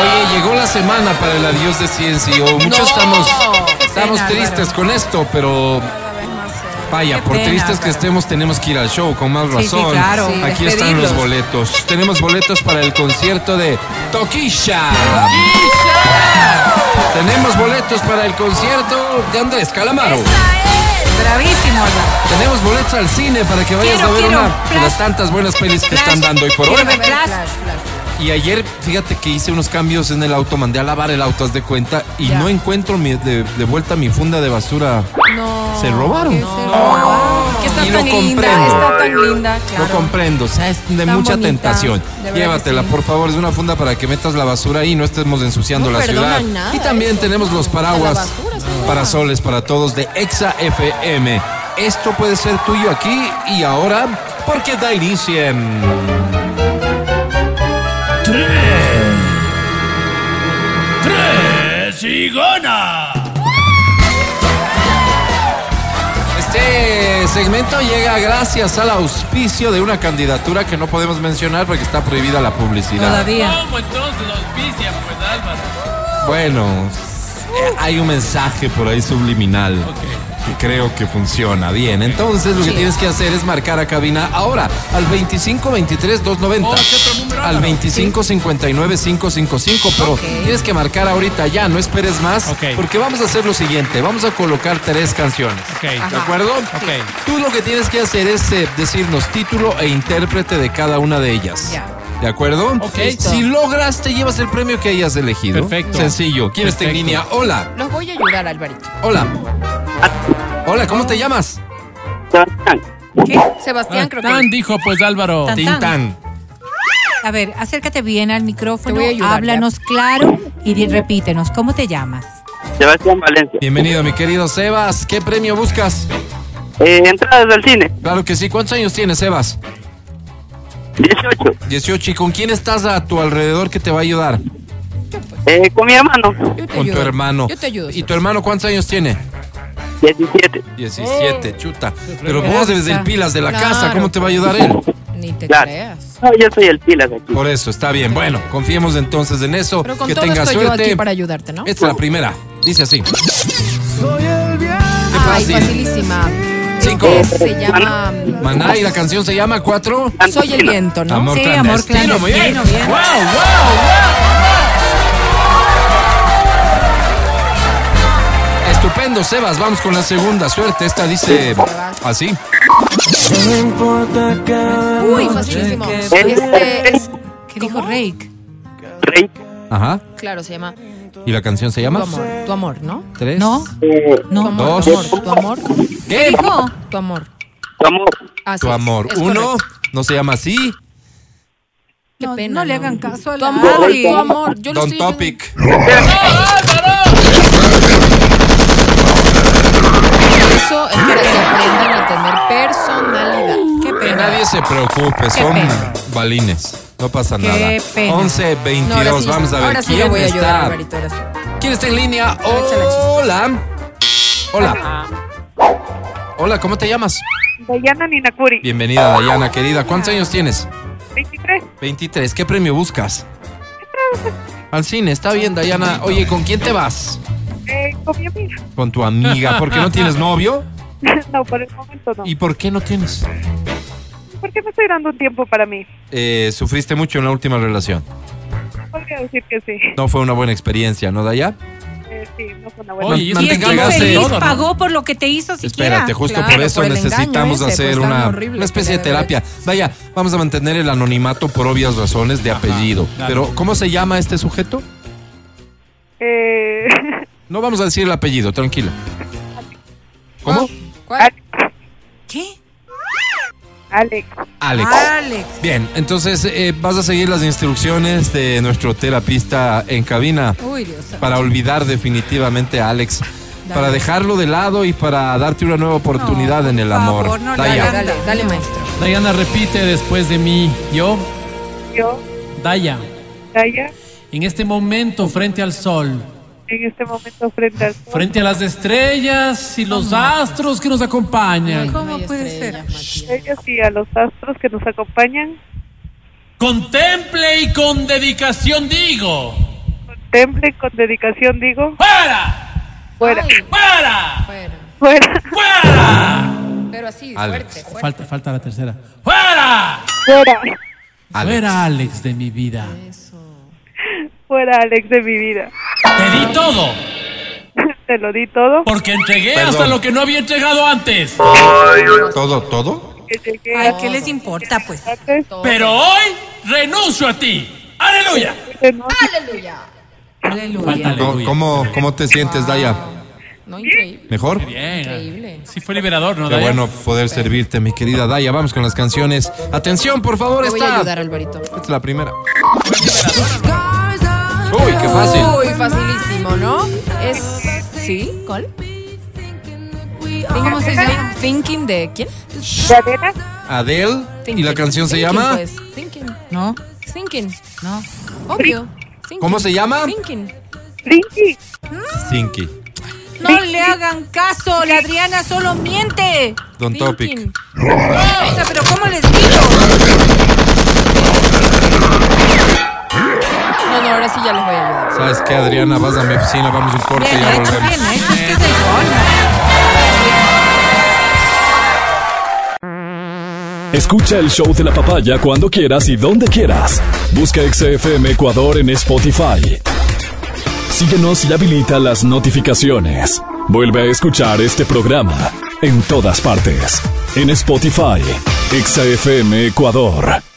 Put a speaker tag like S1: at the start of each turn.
S1: Oye, llegó la semana para el adiós de CNCO. Muchos estamos, estamos tristes con esto, pero vaya,
S2: Qué
S1: por
S2: pena,
S1: tristes que
S2: pero-
S1: estemos, tenemos que ir al show, con más razón.
S2: Sí, sí, claro. Sí,
S1: Aquí están
S2: despedirlos.
S1: los boletos. Tenemos boletos para el concierto de Toquisha. Tenemos boletos para el concierto de Andrés Calamaro.
S2: Bravísimo, Álvaro.
S1: Tenemos boletos al cine para que vayas
S2: Quiero,
S1: a ver
S2: quiero.
S1: una de las tantas buenas pelis que están dando hoy por hoy.
S2: Quiero ver Flash.
S1: Y ayer, fíjate que hice unos cambios en el auto, mandé a lavar el auto, haz de cuenta, y
S3: Ya.
S1: no encuentro mi- de, de vuelta mi funda de basura.
S2: Oh,
S3: No.
S1: Se robaron.
S3: que se robaron. Que está
S1: Y lo
S3: tan linda,
S1: comprendo.
S3: está tan linda, claro.
S1: No comprendo, o sea, es de
S3: Tan
S1: mucha
S3: bonita,
S1: tentación.
S3: de verdad que
S1: Llévatela,
S3: sí.
S1: por favor, es una funda para que metas la basura ahí y no estemos ensuciando
S3: No
S1: la
S3: perdonan
S1: ciudad.
S3: nada
S1: y también
S3: eso,
S1: tenemos
S3: no,
S1: los
S3: a
S1: paraguas
S3: la basura, sí, no.
S1: parasoles para todos de Exa FM. Esto puede ser tuyo aquí y ahora, porque da inicio en...
S4: ¡Sigona!
S1: Este segmento llega gracias al auspicio de una candidatura que no podemos mencionar porque está prohibida la publicidad.
S2: Todavía.
S4: ¿Cómo entonces los auspician, pues, Álvaro?
S1: Bueno, eh, hay un mensaje por ahí subliminal que creo que funciona bien. Entonces lo que tienes que hacer es marcar a cabina ahora al 25 23 290
S4: Oh, ¿qué otro número,
S1: al
S4: Álvaro?
S1: 25 59 555, pero tienes que marcar ahorita ya, no esperes más
S4: Ok.
S1: porque vamos a hacer lo siguiente, vamos a colocar tres canciones. ¿De acuerdo?
S4: Ok.
S1: Tú lo que tienes que hacer es eh, decirnos título e intérprete de cada una de ellas.
S3: Ya.
S1: ¿De acuerdo?
S4: Ok.
S3: Listo.
S1: Si logras, te llevas el premio que hayas elegido.
S4: Perfecto.
S1: Sencillo. ¿Quién está en
S4: Perfecto.
S1: línea? Hola.
S3: Los voy a ayudar, Alvarito.
S1: Hola. Hola, ¿cómo te llamas?
S3: ¿Qué? Sebastián, creo
S4: Tan
S3: que.
S4: dijo, pues, Álvaro.
S2: Tan.
S1: Tintán.
S2: A ver, acércate bien al
S3: Te
S2: micrófono,
S3: voy a ayudar,
S2: háblanos claro y di- repítenos, ¿cómo te llamas?
S5: Sebastián Valencia.
S1: Bienvenido, mi querido Sebas. ¿Qué premio buscas?
S5: Eh, entradas del cine,
S1: Claro que sí. ¿Cuántos años tienes, Sebas?
S5: 18.
S1: 18. ¿Y con quién estás a tu alrededor que te va a ayudar?
S5: Eh, con mi hermano,
S3: Yo te
S1: Con
S3: ayudo.
S1: tu hermano.
S3: Yo te ayudo.
S1: ¿Y tu hermano cuántos años tiene?
S5: 17.
S1: 17, chuta. Pero vos desde el
S2: Exacto.
S1: pilas de la
S3: Claro.
S1: casa, ¿cómo te va a ayudar él?
S3: Sebastián. Ni te
S5: Claro.
S3: creas.
S5: No, yo soy el pilas aquí.
S1: Por eso, está bien. Bueno, confiemos entonces en eso.
S3: Pero con
S1: que
S3: todo
S1: tenga
S3: estoy yo
S1: suerte.
S3: aquí para ayudarte, ¿no?
S1: Esta es la primera. Dice así. Qué
S3: Ay,
S1: fácil.
S3: facilísima.
S1: Cinco.
S3: Eh,
S2: Este
S3: Se llama.
S1: Maná y la canción se llama Cuatro.
S3: Soy el viento, ¿no?
S1: Amor
S2: sí,
S1: clandestino.
S2: amor clandestino,
S1: Muy bien.
S2: bien.
S1: Wow, wow, wow. Estupendo, Sebas. Vamos con la segunda. Suerte. Esta dice así.
S3: Uy, facilísimo. Este es-
S2: ¿Qué dijo Rake?
S5: Rey,
S1: Ajá.
S3: Claro, se llama
S1: ¿Y la canción se
S3: Tu
S1: llama?
S3: amor. Tu amor, ¿no?
S1: Tres.
S2: No,
S5: eh,
S2: no.
S3: Tu
S1: Dos.
S3: amor, Tu amor. Tu amor.
S1: ¿Qué?
S2: Dijo.
S3: Tu amor.
S5: tu amor.
S3: Así
S1: Tu
S3: es,
S1: amor.
S3: es
S1: Uno.
S3: correcto.
S1: No se llama así.
S3: Qué
S2: No,
S3: pena,
S2: no le hagan caso a
S3: Tu
S2: la
S3: amor,
S2: Mari.
S3: tu amor. Yo le
S1: Don
S3: estoy ayudando.
S1: Topic.
S3: Eso es para que aprendan a tener personalidad. Qué
S1: Que
S3: pena.
S1: nadie se preocupe, son
S2: pena.
S1: balines. No pasa
S2: Qué
S1: nada.
S2: pena.
S1: 11, 22,
S3: No, ahora sí,
S1: vamos a ver
S3: ahora sí le
S1: quién
S3: voy a ayudar,
S1: está.
S3: Alvarito, ahora sí.
S1: ¿Quién está en línea?
S3: Échala, chis.
S1: Hola. Hola. Hola, ¿cómo te llamas?
S6: Dayana Ninakuri,
S1: Bienvenida, Dayana, querida. ¿Cuántos años tienes?
S6: 23.
S1: 23. ¿Qué premio buscas? Al cine, está bien, Dayana. Oye, ¿con quién te vas?
S6: Eh, con mi amiga.
S1: Con tu amiga. ¿Por qué no tienes novio?
S6: No, por el momento no.
S1: ¿Y por qué no tienes?
S6: ¿Por qué me estoy dando un tiempo para mí?
S1: Eh, sufriste mucho en la última relación.
S6: Podría decir que sí.
S1: No fue una buena experiencia, ¿no, Daya?
S6: Eh, sí, no fue una buena.
S4: Oye,
S1: Man-
S4: y es que
S1: mantengamos
S4: infeliz
S1: el-
S4: todo, ¿no?
S2: pagó por lo que te hizo siquiera.
S1: Espérate, justo
S3: Claro,
S1: por eso
S3: por el
S1: necesitamos
S3: engaño ese,
S1: hacer
S3: pues, tan
S1: una,
S3: horrible
S1: una especie de
S3: que le debe-
S1: terapia. Vaya, vamos a mantener el anonimato por obvias razones de apellido.
S4: claro.
S1: Pero, ¿cómo se llama este sujeto?
S6: Eh,
S1: No vamos a decir el apellido, tranquila. ¿Cómo?
S3: ¿Cuál?
S2: ¿Qué?
S6: Alex,
S3: Ah.
S1: Alex.
S2: Alex.
S1: Bien, entonces eh, vas a seguir las instrucciones de nuestro terapista en cabina
S3: Uy, Dios. santo.
S1: para olvidar definitivamente a Alex, para dejarlo de lado y para darte una nueva oportunidad
S2: No,
S1: en el
S2: por
S1: amor.
S2: favor, no le
S1: Daya.
S3: Dale, dale, dale, maestro.
S4: Dayana repite después de mí. Yo,
S6: yo,
S4: Daya,
S6: Daya,
S4: en este momento frente al sol,
S6: en este momento frente al sol,
S4: frente a las estrellas y los astros que nos acompañan,
S2: ¿Cómo
S3: Ay,
S2: puede
S3: estrellas, Matías.
S6: ellos y a los astros que nos acompañan,
S4: contemple y con dedicación digo,
S6: contemplen con dedicación, digo,
S4: ¡Fuera!
S6: fuera,
S3: Ay,
S4: ¡Fuera!
S3: fuera.
S6: fuera,
S4: ¡Fuera!
S3: Pero así,
S1: Alex.
S3: fuerte, fuerte.
S4: Falta, falta la tercera. ¡Fuera!
S6: fuera,
S1: Alex.
S4: ¡Fuera, Alex, de mi vida!
S6: fuera, Alex, de mi vida.
S4: Te di todo,
S6: Te lo di todo,
S4: porque entregué
S1: Perdón.
S4: hasta lo que no había entregado antes.
S1: ¿Todo, todo?
S6: que llegué
S2: Ay,
S6: a
S2: ¿qué les importa, pues?
S6: antes,
S4: Pero hoy renuncio a ti. ¡Aleluya!
S6: que no,
S3: Aleluya.
S4: Falta
S2: Aleluya.
S1: ¿Cómo,
S4: aleluya.
S1: cómo, cómo te sientes, Daya?
S3: No, increíble.
S1: ¿Mejor?
S4: Bien.
S3: Increíble.
S4: Sí fue liberador, ¿no,
S1: Qué
S4: Daya?
S1: bueno poder servirte, mi querida Daya. Vamos con las canciones. Atención, por favor,
S3: Te voy a
S1: está.
S3: ayudar, Alvarito.
S1: Esta es la primera. Uy, qué fácil.
S3: Uy, facilísimo, ¿no? Es. ¿Sí? ¿Cuál? ¿Cómo se llama? Thinking de quién?
S6: de arena,
S1: Adele. ¿Y la
S3: Thinking.
S1: canción se
S3: Thinking,
S1: llama?
S3: pues. Thinking.
S2: No,
S3: Thinking.
S2: no.
S3: Obvio. Thinking.
S1: ¿Cómo se llama?
S3: Thinking.
S6: Brinqui,
S1: Thinky.
S2: No le hagan caso, la Adriana solo miente.
S1: Don Topic.
S3: Thinking.
S2: O sea, pero ¿cómo les digo?
S3: No, no, ahora sí ya les voy a ayudar.
S1: ¿Sabes qué, Adriana? Vas a mi oficina, vamos a un corte y
S2: Bien
S1: ya
S2: hecho,
S1: volvemos.
S2: bien
S3: ¿eh?
S2: hecho. Es que es el colmo.
S7: Escucha el show de la papaya cuando quieras y donde quieras. Busca XFM Ecuador en Spotify. Síguenos y habilita las notificaciones. Vuelve a escuchar este programa en todas partes. En Spotify, XFM Ecuador.